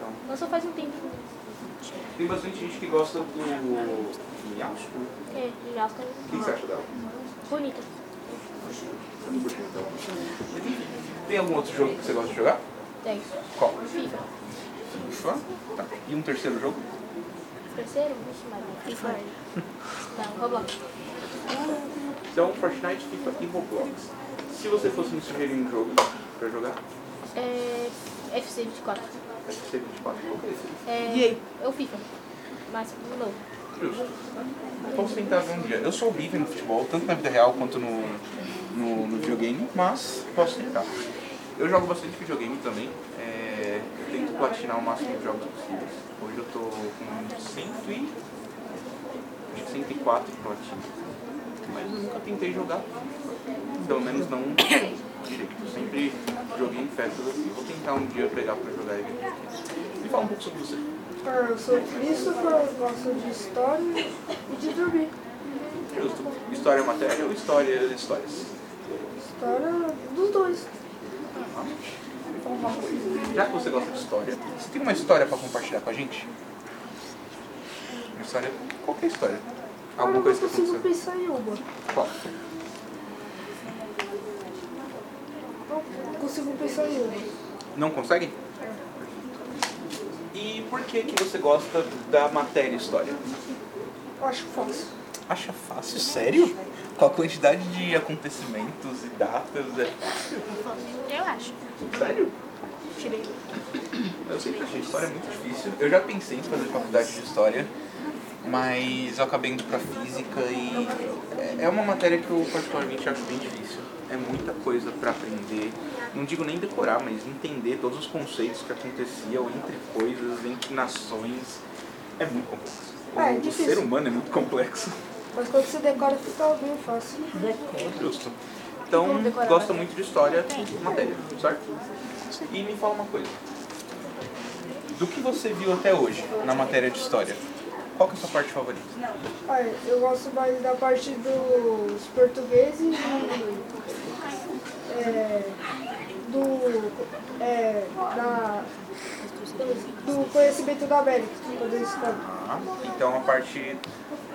Não.
Lançou faz um tempo.
Tem bastante gente que gosta do Miasco. O
É, de Aston.
que você acha dela?
Bonita.
Tem algum outro jogo que você gosta de jogar?
Tem.
Qual?
FIFA.
FIFA? Tá. E um terceiro jogo?
Terceiro? Vixe, Maria. Tá, FIFA. Não, Roblox.
Então, Fortnite, FIFA e Roblox. Se você fosse me sugerir um jogo pra jogar,
É, FC24.
acho que seria 24. Qual que é esse?
É, e aí? Eu FIFA. Mas, de novo. tá
Justo. Posso tentar ver um dia. Eu sou horrível no futebol, tanto na vida real quanto no, no, no videogame, mas posso tentar. Eu jogo bastante videogame também. é, eu tento platinar o máximo de jogos possíveis. Hoje eu tô com 100 e... acho que 104 platinas. Mas eu nunca tentei jogar. Pelo menos não direito. Eu sempre joguei em festas assim. Vou tentar um dia pegar pra jogar e ver. Me fala um pouco sobre você.
Ah, eu sou Christopher, eu gosto de história e de dormir.
Justo. História é matéria ou história é histórias?
História dos dois.
Ah, Já que você gosta de história, você tem uma história pra compartilhar com a gente? Uma história? Qualquer história. Alguma
Agora eu
coisa que
não consigo
aconteceu?
pensar em uma.
Qual?
Não consigo pensar em uma.
Não consegue? E por que que você gosta da matéria história?
Eu acho fácil.
Acha fácil, sério? Com a quantidade de acontecimentos e datas, é fácil.
Eu acho.
Sério?
Tirei.
Eu sempre achei história é muito difícil. Eu já pensei em fazer faculdade de história, mas eu acabei indo pra física e é- é uma matéria que eu particularmente acho bem difícil. É muita coisa pra aprender. Não digo nem decorar, mas entender todos os conceitos que aconteciam entre coisas, entre nações. É muito complexo. O,
É, é
o
difícil.
ser humano é muito complexo.
Mas quando você decora fica bem fácil. Decora.
Justo. Então,
Vamos decorar,
gosta
né?
muito de história, matéria, certo? E me fala uma coisa. Do que você viu até hoje na matéria de história, qual que é a sua parte favorita?
Olha, eu gosto mais da parte dos portugueses e é, do, é, da, do conhecimento da América, quando eu estudava.
Ah, então a parte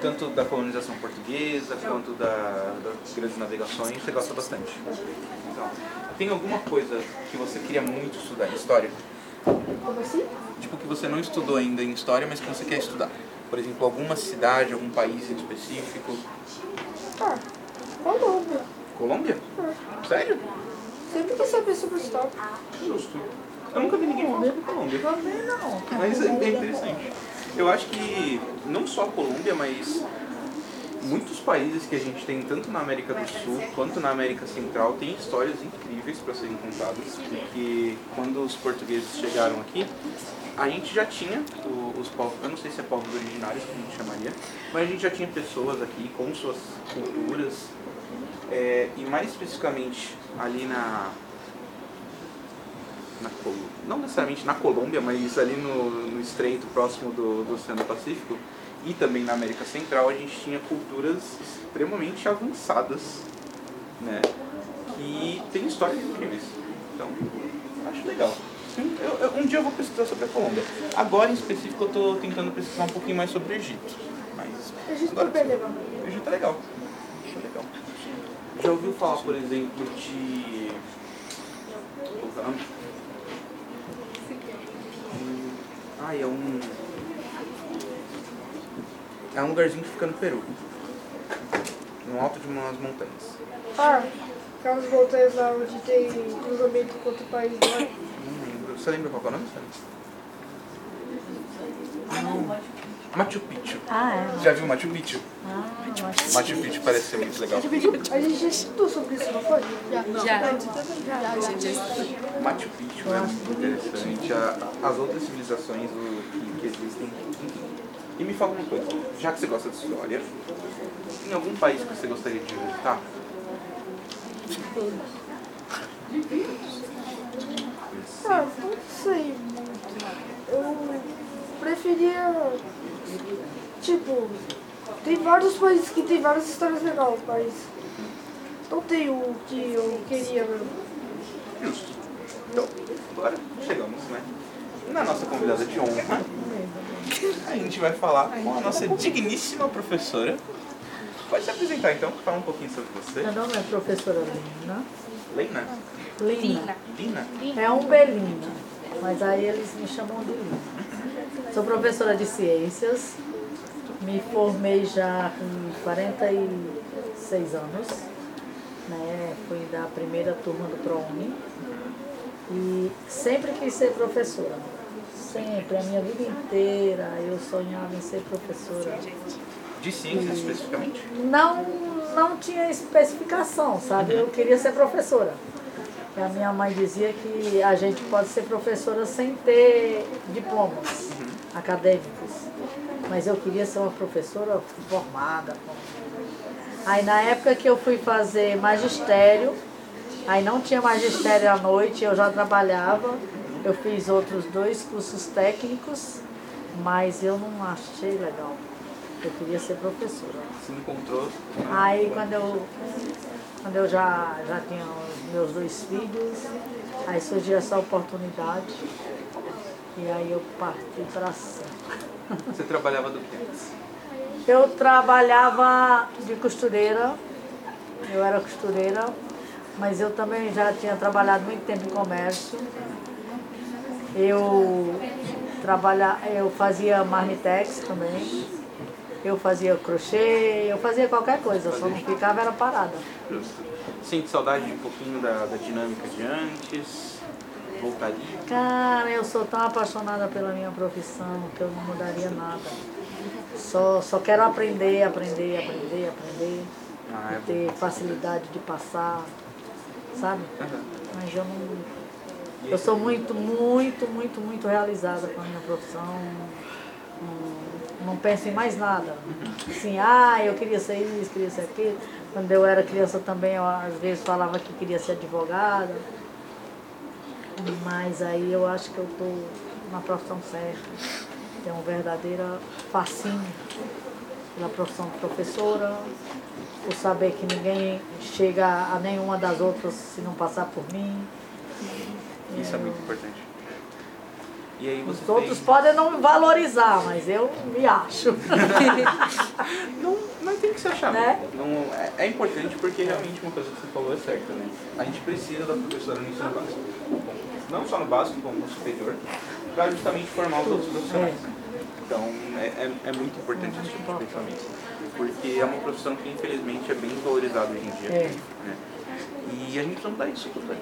tanto da colonização portuguesa quanto da, das grandes navegações você gosta bastante. Então, tem alguma coisa que você queria muito estudar em história?
Como assim?
Tipo que você não estudou ainda em história, mas que você quer estudar? Por exemplo, alguma cidade, algum país em específico?
Ah, Colômbia.
Colômbia?
Ah,
Sério?
Sempre quis saber sobre o stop.
Justo. Eu nunca vi ninguém falando sobre Colômbia.
Também não.
Mas é é interessante. Eu acho que não só a Colômbia, mas muitos países que a gente tem, tanto na América do Sul quanto na América Central, têm histórias incríveis para serem contadas. Porque quando os portugueses chegaram aqui, a gente já tinha o- os povos, eu não sei se é povos originários que a gente chamaria, mas a gente já tinha pessoas aqui com suas culturas. É, e mais especificamente ali na, na Col- não necessariamente na Colômbia, mas ali no, no estreito próximo do, do Oceano Pacífico e também na América Central, a gente tinha culturas extremamente avançadas, né? E tem histórias incríveis. Então, acho legal. Eu- eu- um dia eu vou pesquisar sobre a Colômbia. Agora, em específico, eu estou tentando pesquisar um pouquinho mais sobre o Egito. Mas
Egito
agora-
também é legal.
o Egito é legal. O Egito é legal. Já ouviu falar, por exemplo, de... Qual que é o nome? Ai, é um. É um lugarzinho que fica no Peru. No alto de umas montanhas.
Ah, aquelas montanhas lá onde tem cruzamento com outro país, não é?
Não lembro. Você lembra qual que é o nome? Sally? Não. Machu Picchu.
Ah, é.
Já viu Machu Picchu? Machu Picchu parece ser muito legal.
A gente já estudou sobre isso, não foi? Já.
Machu Picchu é muito interessante. a- As outras civilizações o- que, que existem. enfim. E me fala uma coisa, já que você gosta de história, tem algum país que você gostaria de visitar?
Ah, não sei muito. Eu preferia. Tipo, tem vários países que tem várias histórias legais, mas não tem o que eu queria mesmo.
Justo. Então, agora chegamos, né? Na nossa convidada de honra, a gente vai falar com a nossa digníssima professora. Pode se apresentar então, fala um pouquinho sobre você.
Meu nome é professora Lina.
Lena?
Lina.
Lina?
É um Belina, mas aí eles me chamam de Lina. Sou professora de ciências, me formei já com 46 anos, né? fui da primeira turma do ProUni e sempre quis ser professora. Sempre, a minha vida inteira eu sonhava em ser professora.
De ciências especificamente?
Não, não tinha especificação, sabe? Eu queria ser professora. E a minha mãe dizia que a gente pode ser professora sem ter diplomas acadêmicos. Mas eu queria ser uma professora formada. Aí na época que eu fui fazer magistério, aí não tinha magistério à noite, eu já trabalhava. Eu fiz outros dois cursos técnicos, mas eu não achei legal. Eu queria ser professora.
Se encontrou. na-
Aí quando eu, quando eu já, já tinha os meus dois filhos, aí surgiu essa oportunidade e aí eu parti para ação.
Você trabalhava do que?
Eu trabalhava de costureira, eu era costureira, mas eu também já tinha trabalhado muito tempo em comércio. Eu, trabalha, eu fazia marmitex também, eu fazia crochê, eu fazia qualquer coisa, só não ficava era parada.
Justo. Sente saudade de um pouquinho da, da dinâmica de antes? Voltaria?
Cara, eu sou tão apaixonada pela minha profissão que eu não mudaria nada. Só, só quero aprender, aprender, aprender, aprender.
Ah, é
e ter facilidade de passar, sabe?
Aham.
Mas eu não. Eu sou muito, muito, muito, muito realizada com a minha profissão. Não, não penso em mais nada. Assim, ah, eu queria ser isso, queria ser aquilo. Quando eu era criança também, eu às vezes falava que queria ser advogada. Mas aí eu acho que eu estou na profissão certa. Tenho um verdadeiro fascínio pela profissão de professora, por saber que ninguém chega a nenhuma das outras se não passar por mim.
Isso é muito importante. E aí você
Os outros
tem...
podem não me valorizar, mas eu me acho.
não, não tem que se achar.
Né?
Não, é, é importante porque realmente uma coisa que você falou é certa, né? A gente precisa da professora no ensino básico. Bom, Não só no básico, como no superior, para justamente formar os outros profissionais. Então é, é, é muito importante esse tipo de pensamento. Porque é uma profissão que infelizmente é bem desvalorizada hoje em dia.
É.
né? E a gente precisa mudar isso tudo. né?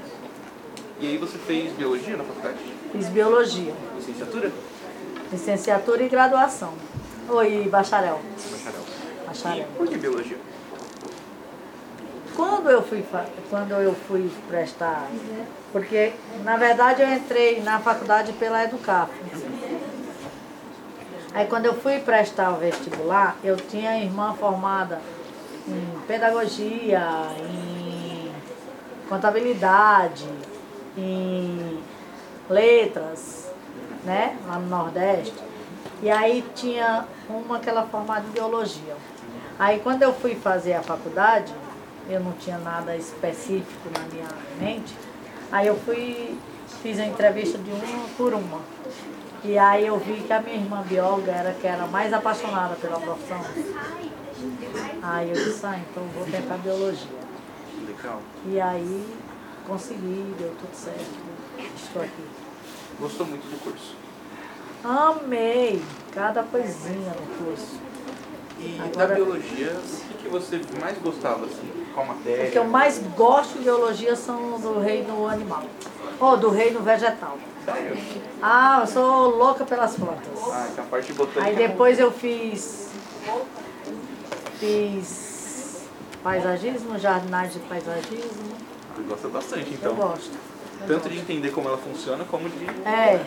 E aí você fez biologia na faculdade?
Fiz biologia,
Licenciatura?
licenciatura e graduação. Oi, bacharel.
Bacharel.
Bacharel.
E por que biologia?
Quando eu fui fa- quando eu fui prestar, porque na verdade eu entrei na faculdade pela Educaf. Aí quando eu fui prestar o vestibular, eu tinha irmã formada em pedagogia, em contabilidade, em letras, né, lá no Nordeste. E aí tinha uma que ela formada em biologia. Aí quando eu fui fazer a faculdade, eu não tinha nada específico na minha mente, aí eu fui, fiz a entrevista de uma por uma. E aí eu vi que a minha irmã bióloga era a que era mais apaixonada pela profissão. Aí eu disse, ah, então vou tentar biologia.
Legal.
E aí consegui, deu tudo certo. Estou aqui.
Gostou muito do curso.
Amei cada coisinha no curso.
E da
Agora-
biologia, o que, que você mais gostava, assim? Qual matéria?
O que eu mais gosto de biologia são os do reino animal. Ou do reino vegetal.
Sério?
Ah, eu sou louca pelas plantas.
Ah, então a parte de botânica...
Aí depois eu fiz. Fiz paisagismo, jardinagem de paisagismo.
Você gosta bastante, então.
Eu gosto. Eu
Tanto de entender como ela funciona, como de...
É.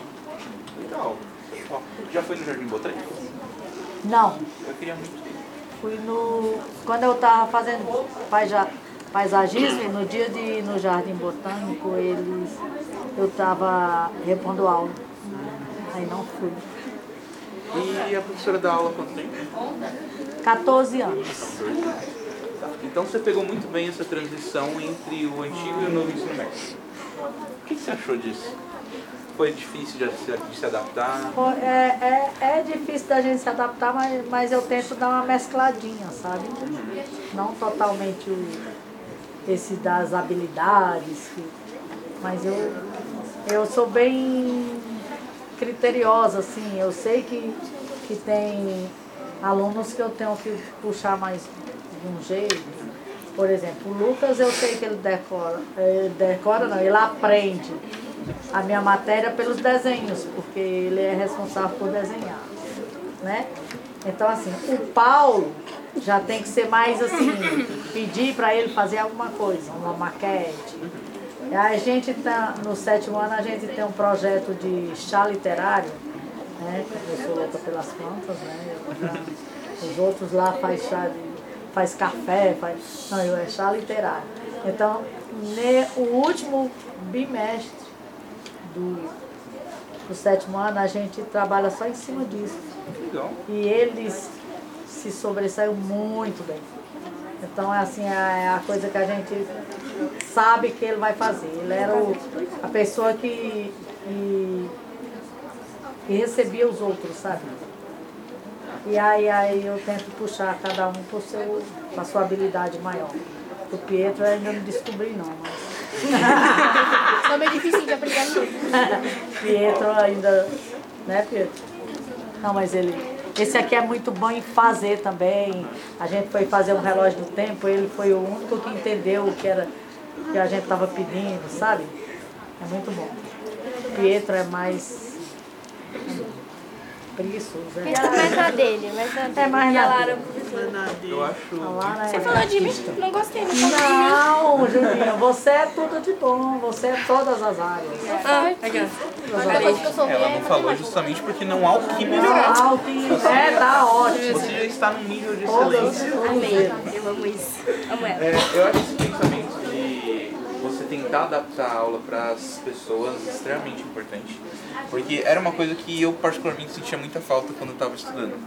Legal. Ó, já foi no Jardim Botânico?
Não,
Eu queria muito ir.
fui no. Quando eu estava fazendo paisa- paisagismo, no dia de ir no jardim botânico, eles. Eu estava repondo aula. Aí não fui.
E a professora dá aula há quanto tempo?
14 anos.
Então você pegou muito bem essa transição entre o antigo e o novo ensino médio. O que que você achou disso? Foi difícil de se, de se adaptar?
Pô, É, é, é difícil da gente se adaptar, mas, mas eu tento dar uma mescladinha, sabe? Não totalmente o- esse das habilidades, que- mas eu, eu sou bem criteriosa, assim, eu sei que, que tem alunos que eu tenho que puxar mais de um jeito. Por exemplo, o Lucas eu sei que ele decora, ele decora não, ele aprende a minha matéria pelos desenhos, porque ele é responsável por desenhar, né? Então assim, o Paulo já tem que ser mais assim, pedir para ele fazer alguma coisa, uma maquete. A gente tá no sétimo ano a gente tem um projeto de chá literário, né? Eu sou louca pelas plantas, né? Eu já- os outros lá faz chá de faz café, faz. Não, eu é chá literário. Então, ne, o último bimestre do, do sétimo ano, a gente trabalha só em cima disso.
Legal.
E eles se sobressaiu muito bem. Então, é assim, é a coisa que a gente sabe que ele vai fazer. Ele era o- a pessoa que, que, que recebia os outros, sabe? E aí, aí eu tento puxar cada um por seu, com a sua habilidade maior. O Pietro eu ainda não descobri não, mas...
Só é meio difícil de aprender
Pietro ainda... Né, Pietro? Não, mas ele... Esse aqui é muito bom em fazer também. A gente foi fazer um relógio do tempo, ele foi o único que entendeu o que era o que a gente estava pedindo, sabe? É muito bom. Pietro é mais hum, preguiçoso. é.
Mais na dele, mais na dele.
É mais na
E a Lara,
dele.
Eu acho...
Você
falou de mim? Não gostei, não falou de mim.
Não, Juninho, você é tudo de bom, você é todas as áreas.
Ah,
Ela não falou justamente porque não há o que melhorar.
Ah, o que é, tá ótimo.
Você já está num nível de
Todas,
excelência.
todas.
Eu amo isso. Amo ela.
É, eu acho esse pensamento de você tentar adaptar a aula para as pessoas extremamente importante. Porque era uma coisa que eu particularmente sentia muita falta quando eu estava estudando.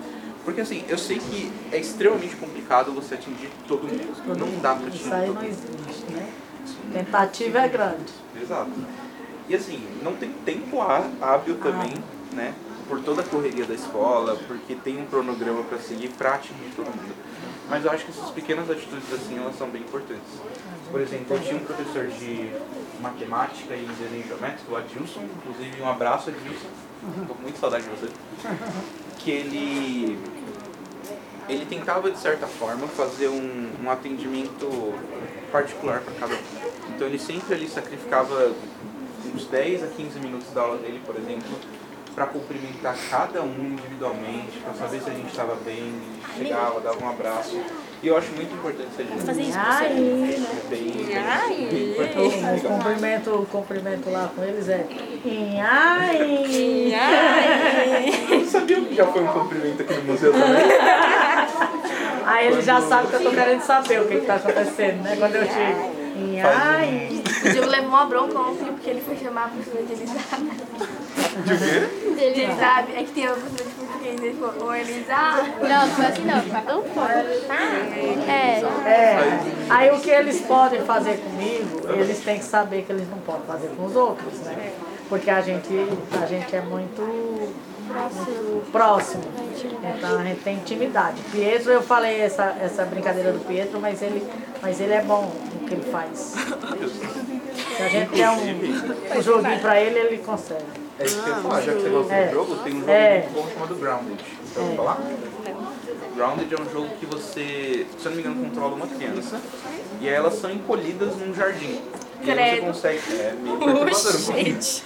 Porque assim, eu sei que é extremamente complicado você atingir todo mundo. Não dá para atingir
Isso aí
todo
não
mundo.
existe, né? Tentativa é grande.
Exato. E assim, não tem tempo há- hábil também, né? Por toda a correria da escola, porque tem um cronograma para seguir prático de todo mundo. Mas eu acho que essas pequenas atitudes assim, elas são bem importantes. Por exemplo, eu tinha um professor de matemática e desenho geométrico, o Adilson, inclusive um abraço, Adilson. Estou com muita saudade de você. Que ele ele tentava de certa forma fazer um, um atendimento particular para cada um. Então ele sempre ali sacrificava uns 10 a 15 minutos da aula dele, por exemplo, para cumprimentar cada um individualmente, para saber se a gente estava bem, ele chegava, dava um abraço. E eu acho muito importante essa gente.
fazer isso com
Ai.
você.
Bem, bem,
Ai.
bem
Então, O
importante. Legal.
cumprimento, o cumprimento lá com eles é. Ai!
Eu não sabia que já foi um cumprimento aqui no museu também.
Aí ele já sabe que eu tô querendo saber o que, que tá acontecendo, né? Quando eu chego.
um
Ai!
O Diego levou uma bronca ontem porque ele foi chamar a professora de Elisada.
De quê?
Ele sabe, é que tem uma professora de português, ele falou, né? ô Elisada.
Não, foi assim não, foi não
É. Aí o que eles podem fazer comigo, eles têm que saber que eles não podem fazer com os outros, né? Porque a gente, a gente é muito muito próximo. Então a gente tem intimidade. Pietro, eu falei essa, essa brincadeira do Pietro, mas ele, mas ele é bom no que ele faz. Se a gente der um, um joguinho pra ele, ele consegue.
É isso que eu ia falar, já que você gosta
É.
de jogo, tem um jogo
É.
muito bom chamado Grounded. Já ouviu falar? Grounded é um jogo que você, se eu não me engano, controla uma criança e aí elas são encolhidas num jardim. E aí você
Credo.
consegue. É, meio perturbador um pouquinho.
gente.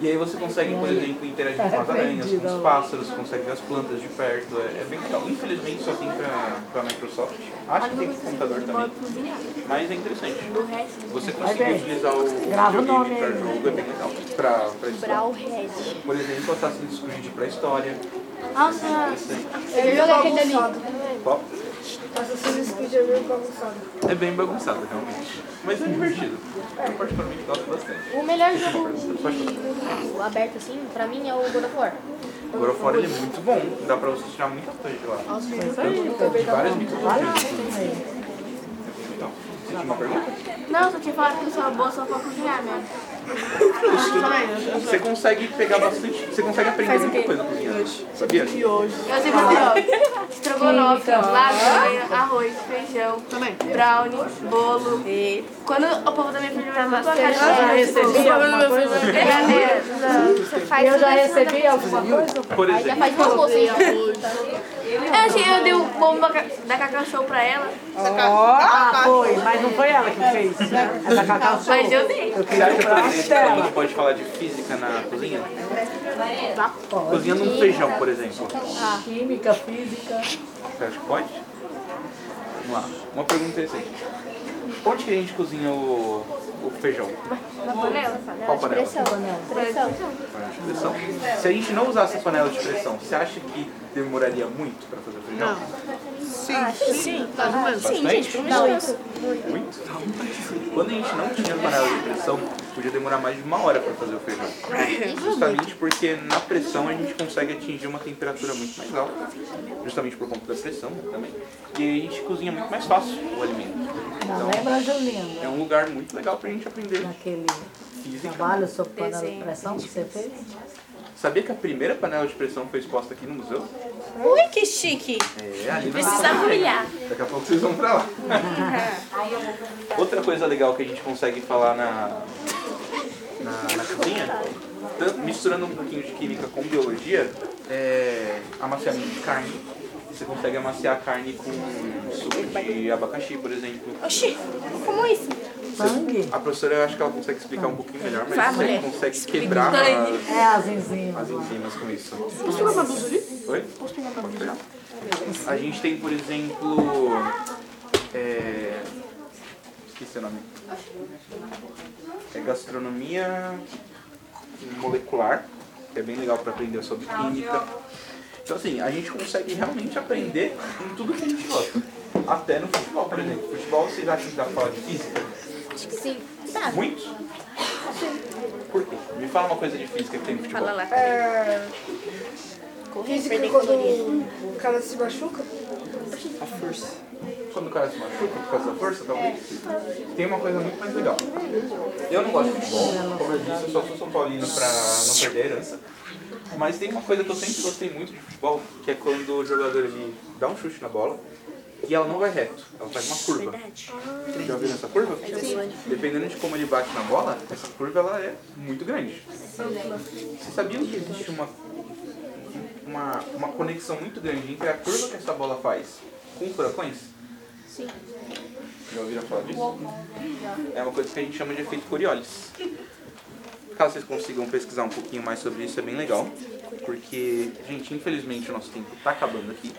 E aí você consegue, por exemplo, interagir com as aranhas, com os pássaros, consegue ver as plantas de perto. É, é bem legal. Infelizmente só tem pra, pra Microsoft. Acho que tem pro computador também. Mas é interessante. Você conseguir utilizar o
é. Grava o nome
videogame pra
aí.
jogo é bem legal. Pra, pra
Tá
história.
Brauhead.
Por exemplo, Assassin's Creed pra história.
Nossa,
Interessante.
eu joguei aquele ali.
Qual?
Assassin's Creed é meio bagunçado.
É bem bagunçado, realmente. Mas é divertido. Eu particularmente gosto bastante.
O melhor jogo de- aberto assim, pra mim, é o God of War.
O God of War, ele é muito bom. Dá pra você tirar muita coisa de lá.
Nossa,
Tanto
isso aí,
de
também dá
várias
bom.
mitologias. Então, Você tinha uma pergunta?
Não, só tinha falado que eu sou uma boa só pra cozinhar né? mesmo.
Ah,
Você consegue pegar bastante. Você consegue aprender muita coisa cozinhando. Sabia?
Eu sei fazer estrogonofe,
Então.
Eita.
lasanha, arroz, feijão, brownie, bolo. Quando o povo da minha família
Tá
vai falar,
Você já recebeu alguma coisa? Você faz
Eu já
tudo isso,
recebi
né?
alguma coisa?
Por
Já
exemplo.
faz duas bolsinhas.
Eu, assim, eu dei o bolo da Ca- da Cacau Show pra ela.
Ah, foi, mas não foi ela que fez. É da Cacau Show.
Mas eu dei.
Eu
Você
queria
acha,
que
por
ela
exemplo, que a gente pode falar de física na cozinha? Cozinhando um feijão, por exemplo.
Química, física.
Você acha que pode? Vamos lá. Uma pergunta interessante. Onde que a gente cozinha o, o feijão?
Na panela.
Qual panela?
Pressão.
Panela de pressão? Se a gente não usasse a panela de pressão, você acha que demoraria muito para fazer o feijão?
Sim, sim. Tá doendo?
Sim, gente, pelo menos
Muito.
Muito? Quando a gente não tinha panela de pressão, podia demorar mais de uma hora para fazer o feijão. Justamente porque na pressão a gente consegue atingir uma temperatura muito mais alta, justamente por conta da pressão também. E aí a gente cozinha muito mais fácil o alimento.
Não lembra, Julinho?
é um lugar muito legal pra gente aprender
Aquele
física.
trabalho sobre panela de pressão que você fez?
Sabia que a primeira panela de pressão foi exposta aqui no museu?
Ui, que chique.
É, ali na-
Precisava olhar.
Daqui a pouco vocês vão pra lá. Outra coisa legal que a gente consegue falar na, na, na cozinha, tan- misturando um pouquinho de química com biologia, é amaciamento de carne. Você consegue amaciar a carne com suco de abacaxi, por exemplo.
Oxi, como isso?
Você- a professora, eu acho que ela consegue explicar um pouquinho melhor, mas
Vai,
você
mulher.
consegue quebrar as,
É, as enzimas.
as enzimas com isso.
Posso pegar uma blusa
Oi? Posso pegar uma blusa? A gente tem, por exemplo, é... esqueci o nome. É gastronomia molecular, que é bem legal para aprender sobre química. Então assim, a gente consegue realmente aprender em tudo que a gente gosta. Até no futebol, por exemplo. Futebol vocês acham que dá pra falar de física?
Acho que sim. Tá.
Muito? Por quê? Me fala uma coisa de física que tem no futebol.
Fala lá.
É. Física quando o cara se um machuca?
A força.
quando o cara se machuca por causa da força, talvez, tem uma coisa muito mais legal. Eu não gosto de futebol, como eu disse, eu só sou São Paulino pra não perder a herança. Mas tem uma coisa que eu sempre gostei muito de futebol, que é quando o jogador ele dá um chute na bola e ela não vai reto, ela faz uma curva. Vocês já viram essa curva?
Sim.
Dependendo de como ele bate na bola, essa curva ela é muito grande. Vocês sabiam que existe uma, uma, uma conexão muito grande entre a curva que essa bola faz com furacões?
Sim.
Já ouviram falar disso? É uma coisa que a gente chama de efeito Coriolis. Caso vocês consigam pesquisar um pouquinho mais sobre isso, é bem legal. Porque, gente, infelizmente o nosso tempo tá acabando aqui.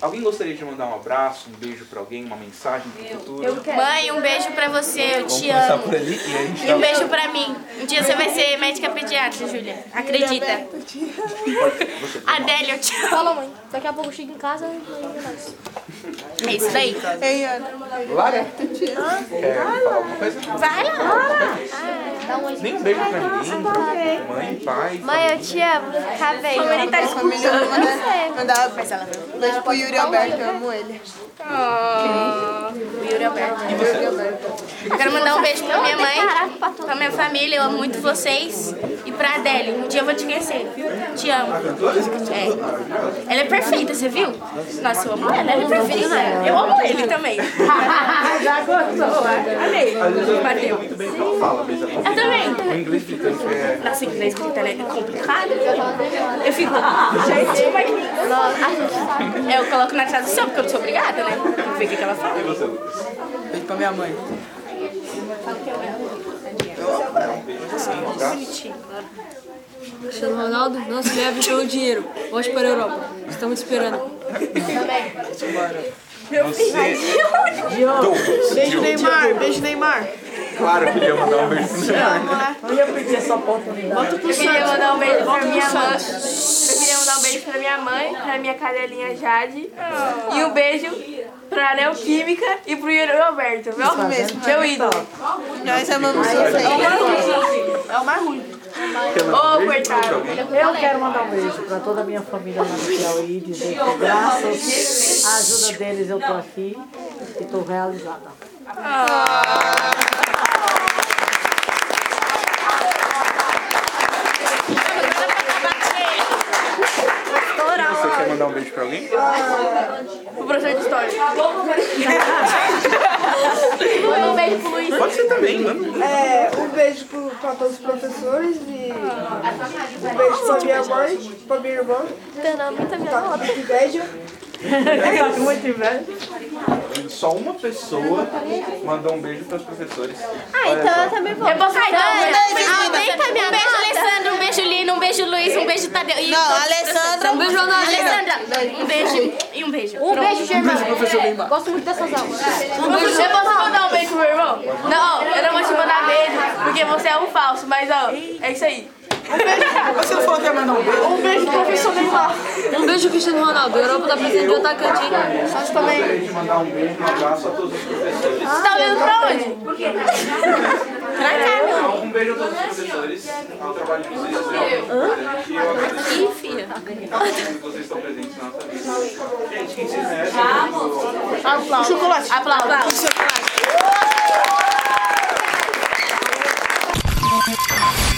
Alguém gostaria de mandar um abraço, um beijo pra alguém, uma mensagem pro futuro?
Mãe, um beijo pra você, eu
Vamos
te
começar
amo.
por ali e a gente
E um
dá-
beijo pra mim. Um dia você vai ser médica pediatra, Júlia. Acredita. Adélia, eu te amo.
Fala, mãe. Daqui a pouco eu chego em casa e é nóis.
É isso daí.
Ei, Ana.
Lara? Quer
Vai
falar alguma coisa?
Vai lá.
Dá um
Nem um beijo pra ninguém, pra mãe, pai.
Mãe, eu te amo. Fica bem.
Como ele tá escutando, né? Mandar
um
beijo pro tipo, Yuri Alberto, eu amo ele.
Yuri Alberto.
Yuri Alberto.
Eu Quero mandar um beijo pra minha mãe, pra minha família, eu amo muito vocês. E pra Adele, um dia eu vou te conhecer. Te amo. É. Ela é perfeita, você viu? Nossa, eu amo ela, ela é perfeita. Eu amo ele também.
Já gostou,
Amei.
Às vezes eu não entendo muito bem o que ela fala, mas ela
Eu também.
O inglês fica. É...
Nossa, inglês que ele é complicado. Eu fico, gente, mas... É, Eu coloco na tradução, porque eu não sou obrigada, né? Tem que ver o que que ela fala.
Beijo pra minha mãe.
Cristiano Ronaldo, não se leve pelo dinheiro. Volte para a Europa. Estamos te esperando.
Douglas.
Beijo, Neymar. Beijo, Neymar.
Claro que ele ia mandar um beijo pro meu pai.
Eu ia pedir essa oportunidade.
Eu queria mandar um beijo pra minha mãe.
Santos.
Eu queria mandar um beijo pra minha mãe, pra minha cadelinha Jade. E um beijo pra Neoquímica e pro Yuri Roberto, viu?
Isso mesmo,
Meu
é
ídolo.
Nós amamos
É o mais
vocês.
ruim. É o mais ruim.
Ô, coitado.
Eu quero mandar um beijo para toda a minha família lá no Piauí, dizer que é graças à ajuda deles eu tô aqui e estou realizada.
Você quer mandar um beijo pra alguém?
O professor de história. Manda um beijo pro Luiz.
Pode ser também, né? mano.
É, um beijo pro, pra todos os professores e um beijo pra minha mãe, pra minha irmã.
Fernando, muita minha
Tá,
nota.
que inveja.
Muito inveja.
Só uma pessoa mandou um beijo pros professores.
Ah, então eu também vou.
Eu vou sair
Então, aumenta minha
Um beijo,
nota.
Alessandro. Um beijo, Lina. Um beijo, Luiz. Um beijo, Tadeu. E
Não,
todos os
Alessandra.
professores. Um beijo, Ana.
Beijo.
Alessandra. Um beijo. E um beijo.
Um beijo, Germano.
professor Neymar.
Gosto muito dessas aulas.
Você posso mandar um beijo pro meu irmão? Não, eu não vou te mandar beijo, porque você é um falso, mas ó, é isso aí.
Você não falou que ia mandar um beijo?
Um beijo pro professor Neymar.
Um beijo, Cristiano Ronaldo. Europa tá precisando de atacante.
Nós também. Gostaria de mandar um beijo, um abraço a todos os professores.
Você tá olhando pra onde?
Então, um beijo a todos os professores. Ao trabalho de vocês. E eu agradeço
Ih, filha.
a todos que vocês estão presentes na nossa vida. Gente, quem vocês merecem.
Aplausos. Chocolate. Aplausos. Chocolate.